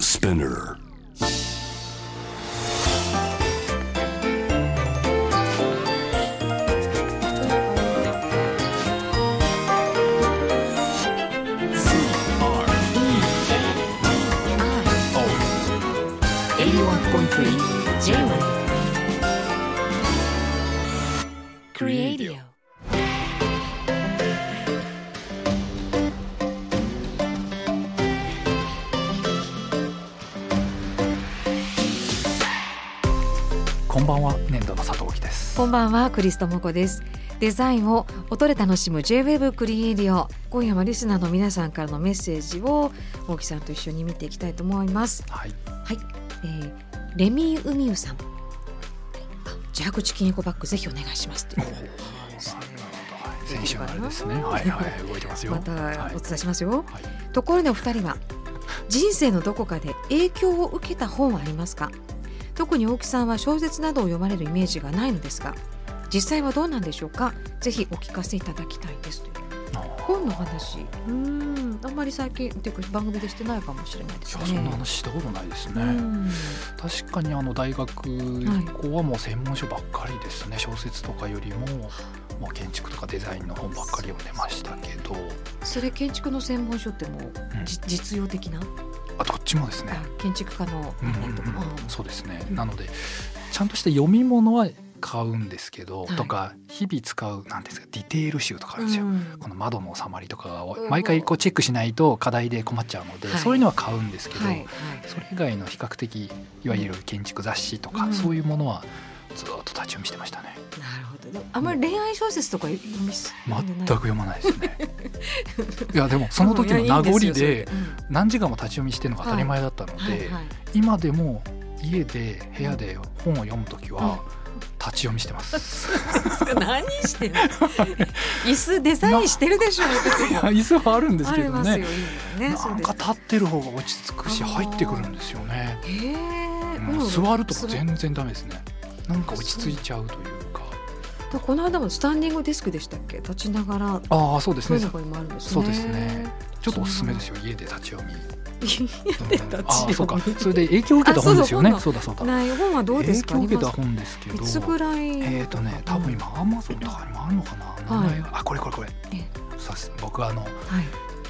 Spinner. 81.3 J-Wave Creadio こんばんは年度の佐藤貴ですこんばんはクリストモコですデザインを音で楽しむ J-Wave クリエイディオ今夜はリスナーの皆さんからのメッセージを大木さんと一緒に見ていきたいと思いますはいはい、えー、レミーウミウさんあ自白チキンエコバッグぜひお願いしますというはい先週のあれですねはいはい動いてます よまたはおい伝えしますよ、はいところでお二人は人生のどこかで影響を受けた本はありますか特に大木さんは小説などを読まれるイメージがないのですが実際はどうなんでしょうかぜひお聞かせいただきたいですというあー本の話うーんあんまり最近っていうか番組でしてないかもしれないですいねやそんな話したことないですね、うん確かにあの大学以降はもう専門書ばっかりですね、小説とかよりも、まあ、建築とかデザインの本ばっかり読んでましたけどそれ建築の専門書ってもう、じ実用的な、あどっちもですね、あ建築家のうんうんなんとか、うんうんそうですね、うんなのでちゃんとした読み物は買うんですけど、はいとか日々使うなんていうんですかディテール集とかあるんですよ、うんこの窓の収まりとかをうん毎回こうチェックしないと課題で困っちゃうので、はいそういうのは買うんですけど、はいはいそれ以外の比較的いわゆる建築雑誌とか、うんそういうものはずっと立ち読みしてましたねなるほどでもあんまり恋愛小説とか読みす全読んでないく読まないですね いやでもその時の名残うんいやいいすよでそれうん何時間も立ち読みしてるのが当たり前だったので、はいはい、 今でも家で部屋で本を読むときは立ち読みしてます。 何してんの 椅子デザインしてるでしょ私いやも椅子はあるんですあけりどますよいいね。のねなんか立ってる方が落ち着くしあー入ってくるんですよね。それでへえもう座るとか全然ダメですね。なんか落ち着いちゃうというか。座この間もスタンディングデスクでしたっけ立ちながらああそうですそうね。いうのちが今あるんですねそうですねょっとおすすめですよ家で立ち読み。で立ち読みあ あそうか。それで影響を受けた本ですよねあ。そうだそうだ。ない本はどうで影すか響を受けた本ですけありどます。いつぐらいえっ、とね多分、今アマゾンとかにもあるのかな。名前があこれこれこれえ。そうです僕はあの。はい、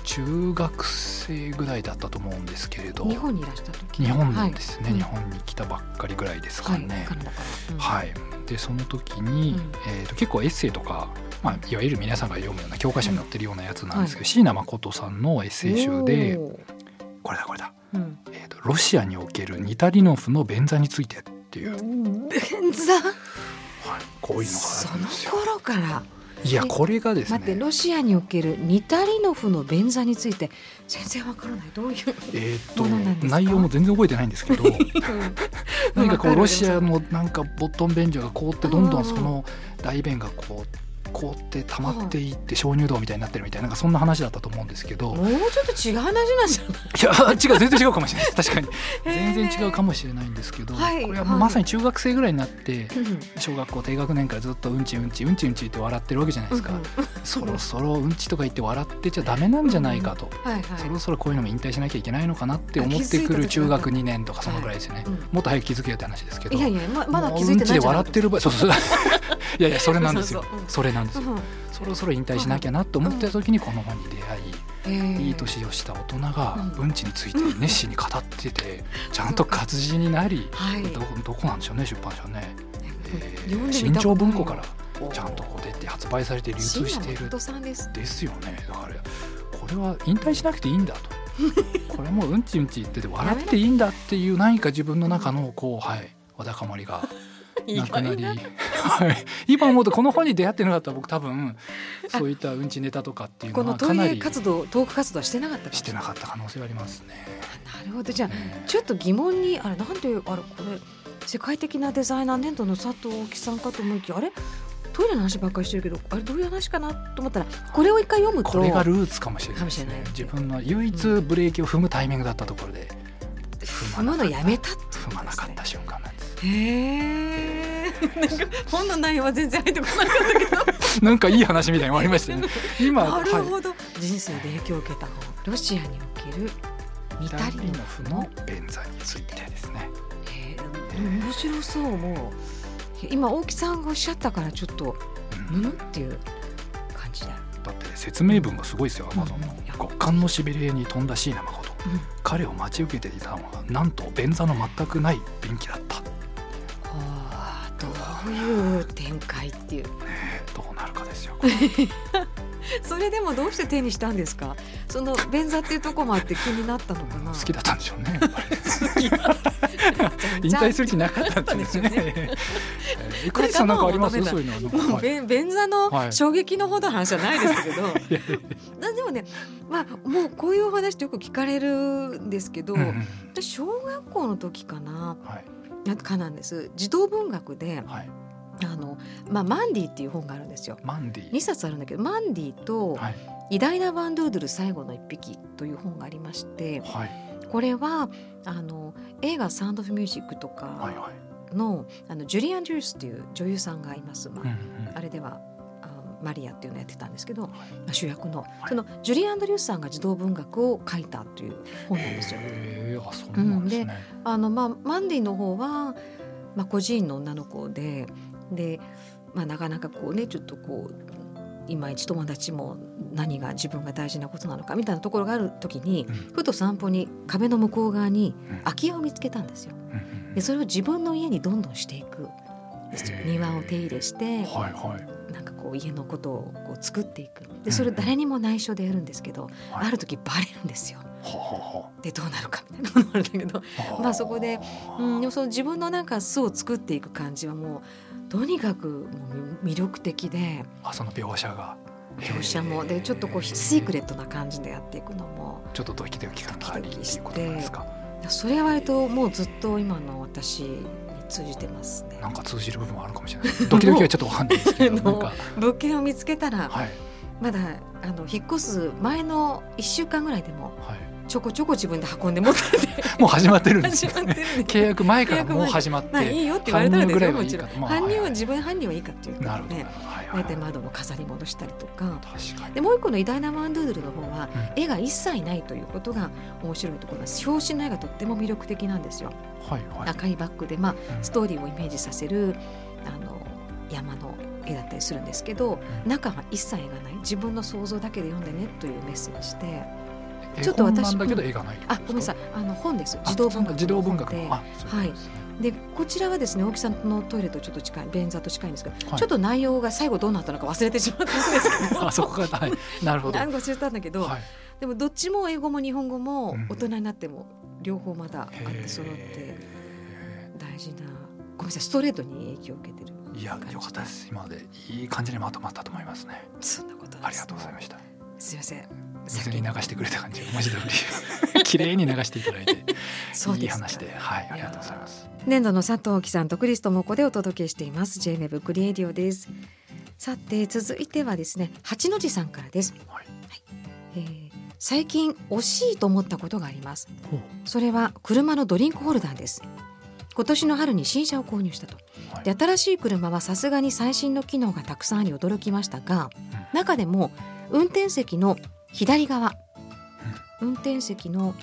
中学生ぐらいだったと思うんですけれど日本にいらした時日本ですね、はい日本に来たばっかりぐらいですはかい、ねカ。ナダから、うんはい、でその時に、うんえーと結構エッセイとか、まあ、いわゆる皆さんが読むような教科書に載ってるようなやつなんですけど、椎名誠さんのエッセイ集でおーこれだこれだ、うんえーと「ロシアにおけるニタリノフの便座について」っていう、はい、便座こういうのがあそるんのですよ。頃からいやこれがです待ってねロシアにおけるニタリノフの便座について全然わからないどういうえーとものなんですか内容も全然覚えてないんです けど。 何わかこかうるロシアのなんかボットン便所が凍ってどんどんその大便がこう凍って溜まっていって鍾乳洞みたいになってるみたいななんかそんな話だったと思うんですけどもうちょっと違う話なんじゃないいや 違う全然違うかもしれないです確かにへー全然違うかもしれないんですけどこはいれははいまさに中学生ぐらいになって小学校低学年からずっとうんちうんちうんちうんちって笑ってるわけじゃないですかそろそろうんちとか言って笑ってちゃダメなんじゃないかとはいはいそろそろこういうのも引退しなきゃいけないのかなって思ってくる中学2年とかそのぐらいですよねうんもっと早く気づけよって話ですけどいやいやままだ気づいてないうんちじでゃな笑いってる場合そうそう そういやいやそれなんですよそうそそううんれなんですよ、そろそろ引退しなきゃなと思ってた時にこの本に出会い、いい年をした大人がうんうんちについて熱心に語ってて、ちゃんと活字になり、はいどこどこなんでしょうね出版社ね、えー読んでみたことない新潮文庫からちゃんとこう出て発売されて流通しているさんですですよねだからこれは引退しなくていいんだと これもううんちうんち言ってて笑っていいんだっていう何か自分の中のこうはいわだかまり がなくなりはい今思うとこの本に出会ってなかったら僕多分そういったうんちネタとかっていうこののはトかイなレり活動トーク活動はしてなかったしてなかった可能性はあります ね。たなるほどじゃあねちょっと疑問にあれなんであれこれ世界的なデザイナー年度の佐藤貴さんかと思いきやあれトイレの話ばっかりしてるけどあれどういう話かなと思ったらこれを一回読むとこれがルーツかもしれないかでもしすれないね。自分の唯一ブレーキを踏むタイミングだったところで踏むのやめたってことですね踏まなかった瞬間なんです。へえなんか本の内容は全然入ってこなかったけどなんかいい話みたいに終わ りましたね。今なるはいほど、人生で影響を受けた本ロシアにおける二た人りのの負の便座についてですねへえ面白そうもう今大木さんがおっしゃったからちょっとうんうんっていう感じだ、だって説明文がすごいですよアマゾンのうん極寒のしびれに飛んだ椎名誠彼を待ち受けていたのはなんと便座の全くない便器だったああどういう展開っていうねえどうなる かですよこれそれでもどうして手にしたんですかその便座っていうとこもあって気になったのかな好きだったんでしょうねやっぱりじゃん引じゃん退する気なかったんですねなかったん えークリスさんなんかあります仲そ間うをいうのもうはい便便座はのい衝撃のほどの話じゃないです けど、だでもね、まあ、もうこういうお話ってよく聞かれるんですけど、うんうん私小学校の時かなはいなんかなんです児童文学ではいあの、まあ、マンディっていう本があるんですよ。マンディ2冊あるんだけどマンディとはい「偉大なバンドゥードゥル最後の一匹」という本がありましてはいこれはあの映画「サウンド・オブ・ミュージック」とはいかはいの,、あのジュリアン・ジュースっていう女優さんがいます。まあうんうんあれではあのマリアっていうのをやってたんですけど、まあ主役の、いそのジュリー・アンドリュースさんが児童文学を書いたという本なんですよ。へえあそうなんですねあのまあ、マンディの方は、まあ、孤児院の女の子でで、まあ、なかなかこうねちょっとこういまいち友達も何が自分が大事なことなのかみたいなところがある時に、うんふと散歩に壁の向こう側にうん空き家を見つけたんですよ。うんうんでそれを自分の家にどんどんしていくんですよへえ庭を手入れして、はいはいなんかこう家のことをこう作っていくでそれを誰にも内緒でやるんですけど、はいある時バレるんですよはあはでどうなるかみたいなのがあるんだけど、あはあまあそこでうん、でもその自分のなんか巣を作っていく感じはもうとにかくもう魅力的であその描写が描写もでちょっとこうシークレットな感じでやっていくのもちょっとドキドキ感がありっていうことなんですかそれは割ともうずっと今の私に通じてますねなんか通じる部分はあるかもしれないドキドキはちょっとわかんないですけどなんか物件を見つけたらはいまだあの引っ越す前の1週間ぐらいでもはいちょこちょこ自分で運んで持ってて もう始まってるんです始ねまってるんで契約前からもう始まっまあいていよって言われたらですよも搬入ちぐろらんいはいいかとまあ搬入はいははい自分搬入はいいかっていうなかるほどなるねほどはいは大い体窓の飾り戻したりとか確かにでもう一個の「偉大なマンドゥードゥル」の方は絵が一切ないということが面白いところなんです表紙の絵がとっても魅力的なんですよはいはい赤いバッグでまあうんストーリーをイメージさせるあの山の絵だったりするんですけど中は一切絵がない自分の想像だけで読んでねというメッセージでちょっと私絵本なんだけど絵がないってことあですかごめんなさいあの本ですあ児童文学の児童文学本でのあそういうことですねでこちらはですね大木さんのトイレとちょっと近い便座と近いんですけど、はいちょっと内容が最後どうなったのか忘れてしまったんですけど あそこがはいな るほどなんか忘れたんだけど、はいでもどっちも英語も日本語もうん大人になっても両方まだあへって揃ってえ大事なごめんなさいストレートに影響を受けてるいや良かったです今までいい感じにまとまったと思いますねそんなことないありがとうございましたすすいません水に流してくれた感じ文字通り 綺麗に流していただいてそういいですか話ではいありがとうございます年度の佐藤貴さんとクリストモコでお届けしています j ネブクリエディオですさて続いてはですね八の字さんからです、はいえー最近惜しいと思ったことがありますほうそれは車のドリンクホルダーです今年の春に新車を購入したとはいで新しい車はさすがに最新の機能がたくさんあり驚きましたが中でも運転席の左側運転席の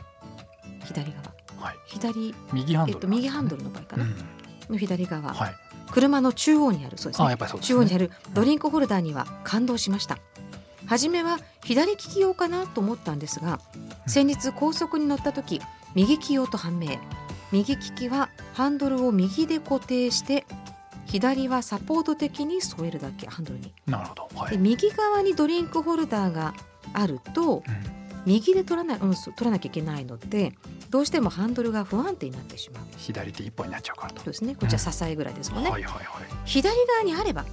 左側はい左、右ハンえドっと、ル右ハンドルの場合かな、うんの左側、はい車の中央にあるそうですあねやっぱりそうです中央にねあるドリンクホルダーには感動しました初めは左利き用かなと思ったんですが先日高速に乗った時右利き用と判明右利きはハンドルを右で固定して左はサポート的に添えるだけハンドルになるほどはでい右側にドリンクホルダーがあるとうん右で取らない、うん、そう取らなきゃいけないのでどうしてもハンドルが不安定になってしまう左手一本になっちゃうからとそうですねこっちは支えぐらいですもんね、はいはいはい左側にあれば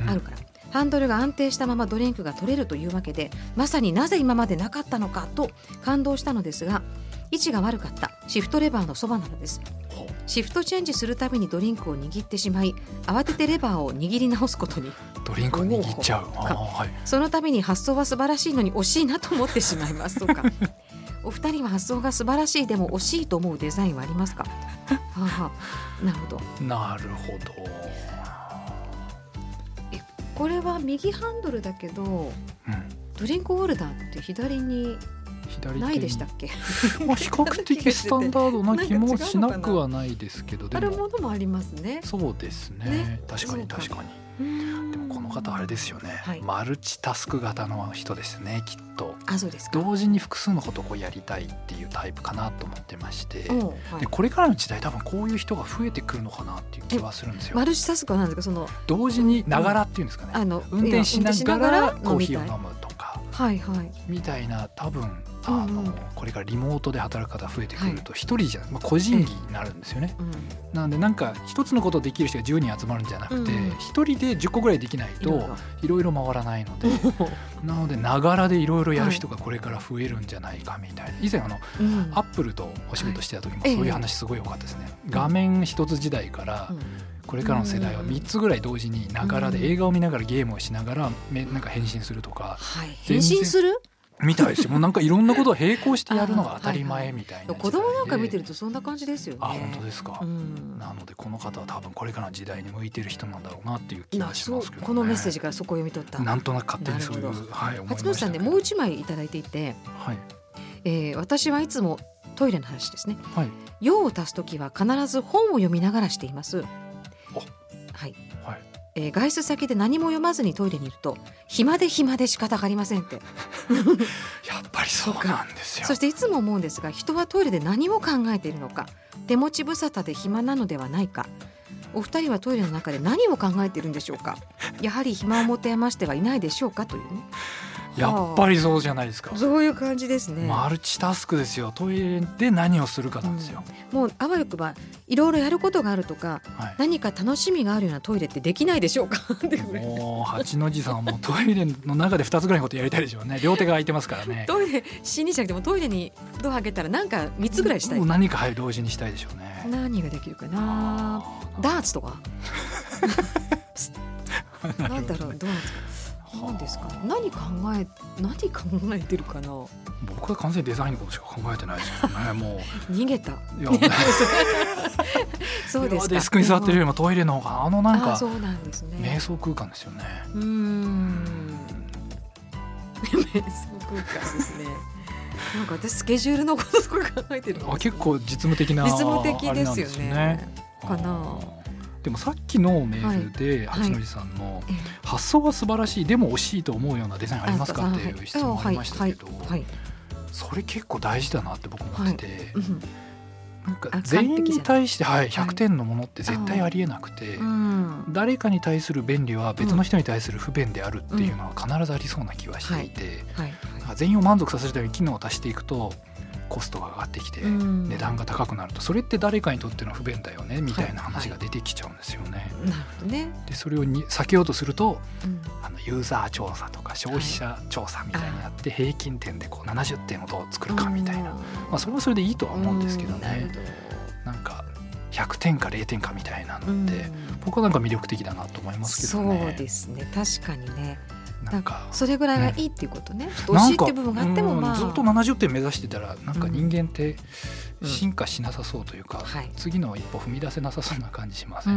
うんあるから、ハンドルが安定したままドリンクが取れるというわけでまさになぜ今までなかったのかと感動したのですが位置が悪かったシフトレバーのそばなのですほうシフトチェンジするたびにドリンクを握ってしまい慌ててレバーを握り直すことにドリンクを握っちゃうあーはいそのために発想は素晴らしいのに惜しいなと思ってしまいます とかお二人は発想が素晴らしいでも惜しいと思うデザインはありますかはあ、はあ、なるほどなるほどこれは右ハンドルだけどうんドリンクホルダーって左に左手にないでしたっけまあ、比較的スタンダードな気もしなくはないですけどあでるもものもありますねそうですねね確かに確かにででもこの方あれですよね、はいマルチタスク型の人ですねきっとあそうですか同時に複数のことをこうやりたいっていうタイプかなと思ってまして、おうはいでこれからの時代多分こういう人が増えてくるのかなっていう気はするんですよマ。ルチタスクはなんですかその同時にながらっていうんですかね、あの運転しながらコーみヒーたをい飲むとかはいはいみたいな多分あの、うんうんこれからリモートで働く方増えてくると一人じゃ、まあ、個人技になるんですよね。うんなんでなんか一つのことをできる人が10人集まるんじゃなくてうん一、人で10個ぐらいできないいろいといろいろ回らないのでろなのでながらでいろいろやる人がこれから増えるんじゃないかみたいな以前あのうんアップルとお仕事してた時もそはういいう話すごい多かったですね、画面一つ時代からうんこれからの世代はうん3つぐらい同時にながらうんで映画を見ながらゲームをしながらめなんか返信するとかはい変全然身するみたいですよもうなんかいろんなことを並行してやるのが当たり前みたいな子供なんか見てるるとそんな感じですよねあ本当ですか、うんなのでこの方は多分これからの時代に向いてる人なんだろうなっていう気ながしそうますけど、ね、このメッセージからそこを読み取ったなんとなく勝手にそういなるう、はい、思いま八した野さんねもう一枚いただいていて、はいえー私はいつもトイレの話ですねはい用を足すときは必ず本を読みながらしていますはい、はいえー外出先で何も読まずにトイレにいると暇で暇で仕方がありませんってやっぱりそうなんですよそしていつも思うんですが人はトイレで何も考えているのか手持ち無沙汰で暇なのではないかお二人はトイレの中で何を考えているんでしょうかやはり暇を持て余してはいないでしょうかというねやっぱりそうじゃないですかそういう感じですね、マルチタスクですよトイレで何をするかなんですよ、もうあわよくばいろいろやることがあるとかはい何か楽しみがあるようなトイレってできないでしょうか っていうねもう八の字さんはもうトイレの中で2つぐらいのことやりたいでしょうね両手が空いてますから ねトイレ死にじゃなくてもトイレにドア開けたらなんか3つぐらいしたいもう何かはい同時にしたいでしょうね何ができるかなダーツと かなんだろうドーナツか何ですかね何考え何考えてるかな僕は完全にデザインのことしか考えてないですよねも逃げたういや そうですかデスクに座ってるよりもトイレの方があのなんああかそうなんです瞑ね想空間ですよねうーん 瞑想空間ですねなんか私スケジュールのこととか考えてるのあ結構実務的な実務的あれでなんすよねかなでもさっきのメールではい八の字さんのええ「発想は素晴らしいでも惜しいと思うようなデザインありますか?」っていう質問ありましたけどはいはいはいそれ結構大事だなって僕思っててうんなんかあ全完員璧じゃにん対してはい100点のものって絶対ありえなくてうん誰かに対する便利は別の人に対する不便であるっていうのは必ずありそうな気はしていてはいなんか全員を満足させるために機能を足していくとコストが上がってきてうん値段が高くなるとそれって誰かにとっての不便だよねみたいな話が出てきちゃうんですよね。なるほどね、でそれをに避けようとするとうんあのユーザー調査とか消費者調査みたいにやって平均点でこう70点をどう作るかみたいな、まあ、それはそれでいいとは思うんですけどねなんか100点か0点かみたいなうのんっなてるほど僕はなんか魅力的だなと思いますけそどうねで。すね確かにねなんかそれぐらいがいいっていうことね、ちょっと惜なしいんってかいう部分があってもうんまあずっと70点目指してたらなんか人間ってうん進化しなさそうというか、はい次の一歩踏み出せなさそうな感じしませ、うん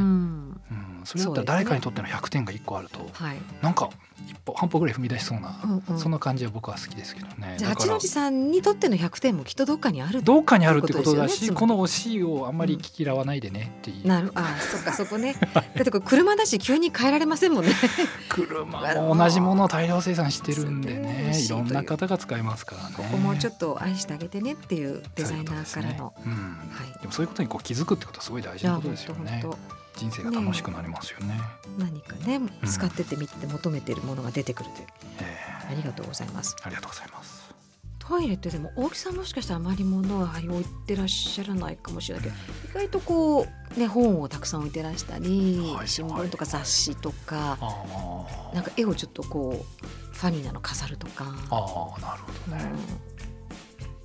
んうんそれだったら誰かにとっての100点が1個あると、はい、なんか一歩半歩ぐらい踏み出しそうなう、んうんそんな感じは僕は好きですけどねじゃあだか八らの字さんにとっての100点もきっとどっかにあるどっかにあるってこっとだてことですしよねこの推しをあんまり聞き嫌わないでねっていう、なるあそっかそこねだってこれ車だし急に変えられませんもんね車も同じものを大量生産してるんでねそうですねいろんな方が使いますからねここもちょとっと愛してあげてねっていうデザイナーからの、うんはいでもそういうことにこう気づくってことはすごい大事なことですよね。本人生が楽しくなりますよね。当何かね使ってってみて求めてるものが出てくるというえありがとうございますーありがとうございます。トイレってでも大きさんもしかしたらあまり物は置いてらっしゃらないかもしれないけど意外とこうね本をたくさん置いてらしたり、はい新聞とか雑誌とか、あーなんか絵をちょっとこうファニーなの飾るとかあーなるほどうんね。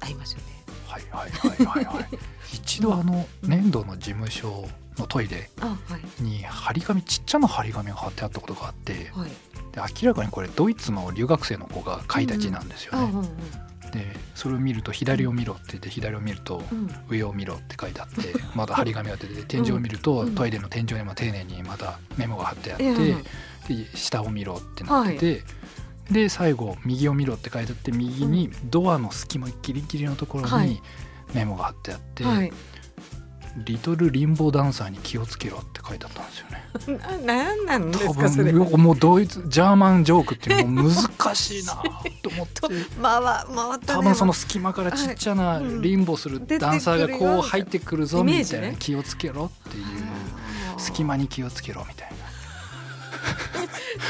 ありますよね。はいはいはいはいはい。一度あの粘土の事務所のトイレあはいに張り紙ちっちゃな張り紙が貼ってあったことがあってはい。で明らかにこれドイツの留学生の子が書いた字なんですよあうんうね。んでそれを見ると左を見ろって言って左を見るとうん。上を見ろって書いてあってまだ張り紙が出てて天井を見ると、うんトイレの天井にも丁寧にまたメモが貼ってあって、うんで下を見ろってなってて、で最後「右を見ろ」って書いてあって右にドアの隙間ギリギリのところはにいメモが貼ってあって「はい、リトルリンボーダンサーに気をつけろ」って書いてあったんですよね。ななんなんで多すかそれ分よくもうドイツジャーマンジョークっていうのも難しいなと思って 回回った多ね分その隙間からちっちゃなはいうんリンボするダンサーがこう入ってくるぞ出てくるよみたいイメージなね気をつけろっていう隙間に気をつけろみたいな。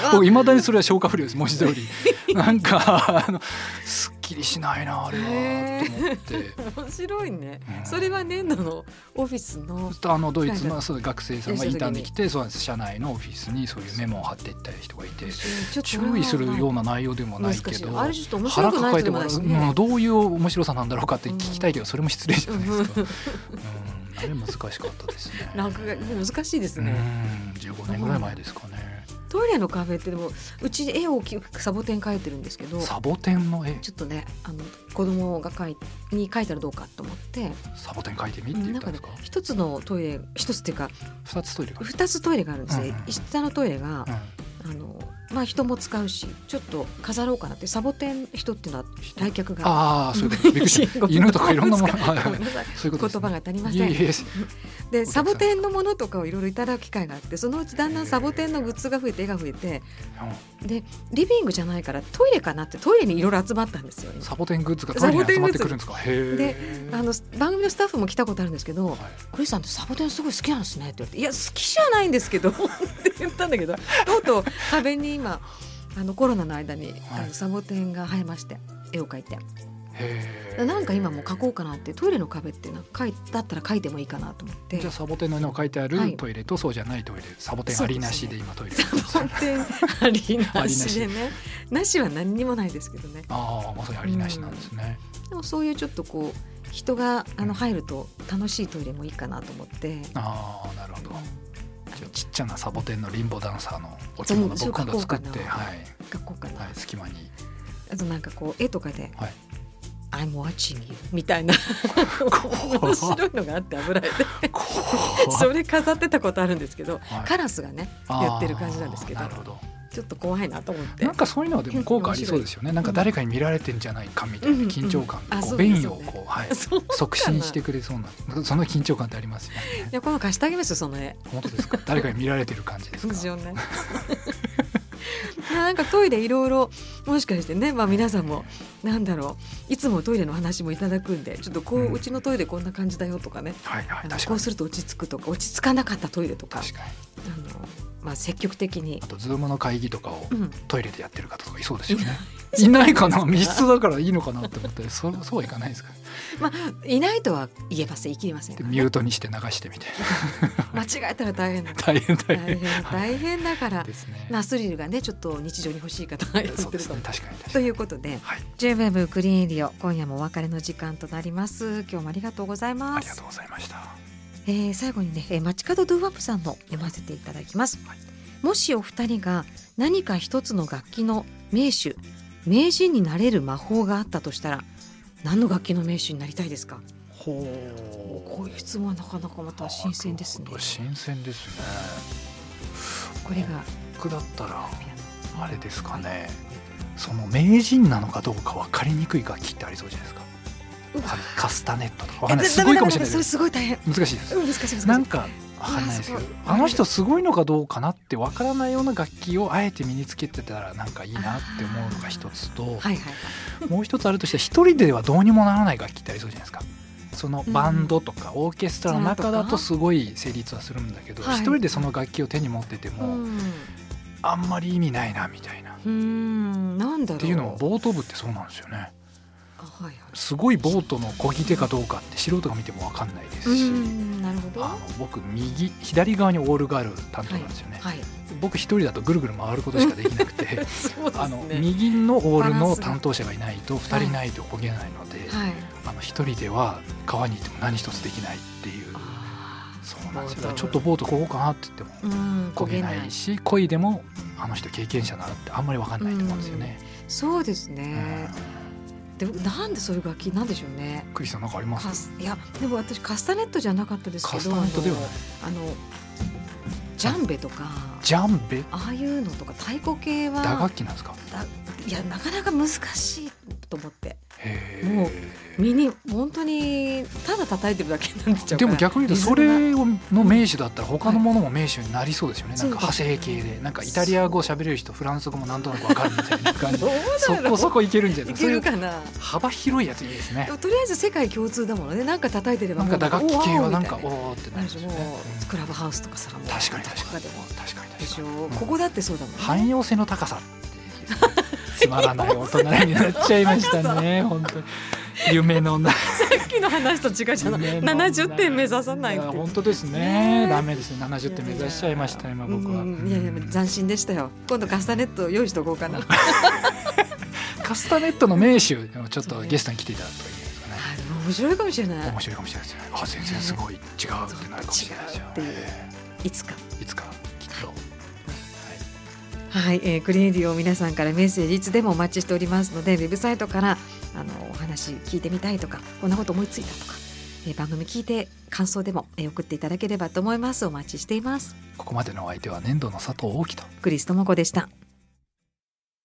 あ僕いまだにそれは消化不良です文字通り なんかあのすっきりしないなあれはと思って面白いね、うんそれは年度のオフィスのそしたらあのドイツはのそう学生さんがいらっしゃる時にインターンで来てそうなんです社内のオフィスにそういうメモを貼っていった人がいてちょっと注意するようなな内容でもないけどあれちょっと面白腹くない人で抱えてももないしうねんどういう面白さなんだろうかって聞きたいけどそれも失礼じゃないですか、うんうん、あれ難しかったですねなんか難しいですう んね、 15年ぐらい前ですかねトイレのカフェってでもうち絵を大きくサボテン描いてるんですけどサボテンの絵ちょっとねあの子供が描いに描いたらどうかと思ってサボテン描いてみって言なっんたかんでねすか一つのトイレ一つっていうか2つトイレがある二つトイレがあるんですね、うん下のトイレが、うんあのまあ人も使うしちょっと飾ろうかなってサボテン人っていうのは来客がああそういうことびっく りした犬とかいろんなものはいはいごはめいんなさい そういうこ言とです、ね、葉が足りまいせえんいえですで客サさんボテンのものとかをいろいろいただく機会があってそのうちだんだんサボテンのグッズが増えて絵が増えてでリビングじゃないからトイレかなってトイレにいろいろ集まったんですようん今サボテングッズがトイレに集まってくるんですかへえであの番組のスタッフも来たことあるんですけど、はいクリスさんってサボテンすごい好きなんですねって言われて「いや好きじゃないんですけど」って言ったんだけどとうとう壁に今あのコロナの間に、はいあのサボテンが生えまして絵を描いてへえなんか今もう描こうかなってトイレの壁ってなんか描いだったら描いてもいいかなと思ってじゃサあサボテンの絵の書いてあはいるトイレとそうじゃないトイレサボテンありなしで今トイレボテンありなしであねなしは何にもないですけどねああまさにありなしなんですね、でもそういうちょっとこう人があの入ると楽しいトイレもいいかなと思って。ああなるほどあじゃのあちっちゃなサボテンのリンボダンサーのお着物そうを今度作っそうてかはい、学校かな、はい、隙間にあとなんかこう絵とかではい 「I'm watching you」みたいな面白いのがあって油絵でこ それ飾ってたことあるんですけどはいカラスがねやってる感じなんですけどあーなるほどちょっと怖いなと思ってなんかそういうのはでも効果ありそうですよね。なんか誰かに見られてんじゃないかみたいうんな緊張感、うんあこそううです便意よをねこうはいそうい促進してくれそうなその緊張感ってありますよね。やこの貸してあげますよその絵本当ですか。誰かに見られてる感 じですかです。よねなんかトイレいろいろもしかしてね、まあ、皆さんもなんだろういつもトイレの話もいただくんでちょっとこう、ううんちのトイレこんな感じだよとかねはいあはいの確こかうにすると落ち着くとか落ち着かなかったトイレとか確かに。あの、まあ、積極的にあ、とズームの会議とかをうん、トイレでやってる方とかいそうですよね。いないかな密室だからいいのかなって思ってそそうはいかないですか、ね、いないとは言えません言い切れませんでがミュートにして流してみて間違えたら大変だ大変大大変変大変だからですね。まあスリルがねちょっと日常に欲しい方がやってるそとうです思うね確かに確とかに。いうことではい「j w e b クリーンエリオ」今夜もお別れの時間となります今日もありがとうございあまりがすとうございました。えー最後にね、えー、街角ドゥーワップさんの読ませていただきます、もしお二人が何か一つの楽器の名手名人になれる魔法があったとしたら何の楽器の名手になりたいですかほうこういう質問はなかなかまた新鮮ですねなるほど新鮮ですね。これが僕だったらあれですかね。その名人なのかどうか分かりにくい楽器ってありそうじゃないですか。うわわかんないカスタネットとかわえかんない。だすごいかもしだれだだなそれいです。すごい大変難しいですう。ん難しい難しいなんかわかんないですけうわどすごい、あの人すごいのかどうかなってわからないような楽器をあえて身につけてたらなんかいいなって思うのが一つと、はいはいもう一つあるとしたら一人ではどうにもならない楽器ってありそうじゃないですか。そのバンドとかオーケストラの中だとすごい成立はするんだけどはい一人でその楽器を手に持っててはいもあんまり意味ないなみたいな。っうんうんなんだろうていうのもボート部ってそうなんですよね。あはいはいすごいボートの漕ぎ手かどうかって素人が見ても分かんないでうすし、んなるほどあはの僕右左側にオールがある担当なんですよね。い僕一人だとぐるぐる回ることしかできなくて、そうであすのね右のオーバルランのスが担当者がいないと二人いないと漕げないので。はいあの一人では川に行っても何一つできないっていうあそうなんですボーよトちょっとボート漕ごうかなって言ってーもうん漕げないし漕いでもあの人経験者だなってあんまり分かんないと思うんですよね。そうですうねんでもなんでそういう楽器なんでしょうねクリスさんなんかありまカすスいやでも私カスタネットじゃなかったですけカスどタネットではないあのあのジャンベとかジャンベああいうのとか太鼓系は打楽器なんですかだいやなかなか難しいと思ってへもうえ身に本当にただ叩いてるだけになっちゃうかでらも逆に言うとそリズムれをの名手だったら他のものも名手になりそうですよね、はいなんか派生系でなんかイタリア語喋れる人フランス語もなんとなくわかるみたいな 感がじどそうだろこうそこいけるんじゃないいでけすかそういるうかな幅広いやついいですねでもとりあえず世界共通だものねなんか叩いてればなんか打楽器系はなんかおーみたいおーってななんるんでですよすよもねうクラブハウスとかさうん確かに確とかかにでも確かにでし確ょかにうんここだってそうだもんね汎用性の高さっていいですねつまらない大人になっちゃいました ね本当に夢のな いさっきの話と違う じゃない夢のない70点目指さないいっやて本当ですねねえダメですね70点目指しちゃいました今僕はうんうんいやいや斬新でしたよ今度カスタネット用意しとこうかなあカスタネットの名手をちょっとゲストに来ていただくといいですかねでも面白いかもしれない面白いかもしれないですねあ全然すごい違うってなるかもしれないですよ違うっていうえいつかえいつかきっとはいはい、えー、クリエイディオ皆さんからメッセージいつでもお待ちしておりますのでウェブサイトからあのお話聞いてみたいとかこんなこと思いついたとか、えー番組聞いて感想でも、えー送っていただければと思いますお待ちしていますここまでのお相手は年度の佐藤大樹とクリストモコでした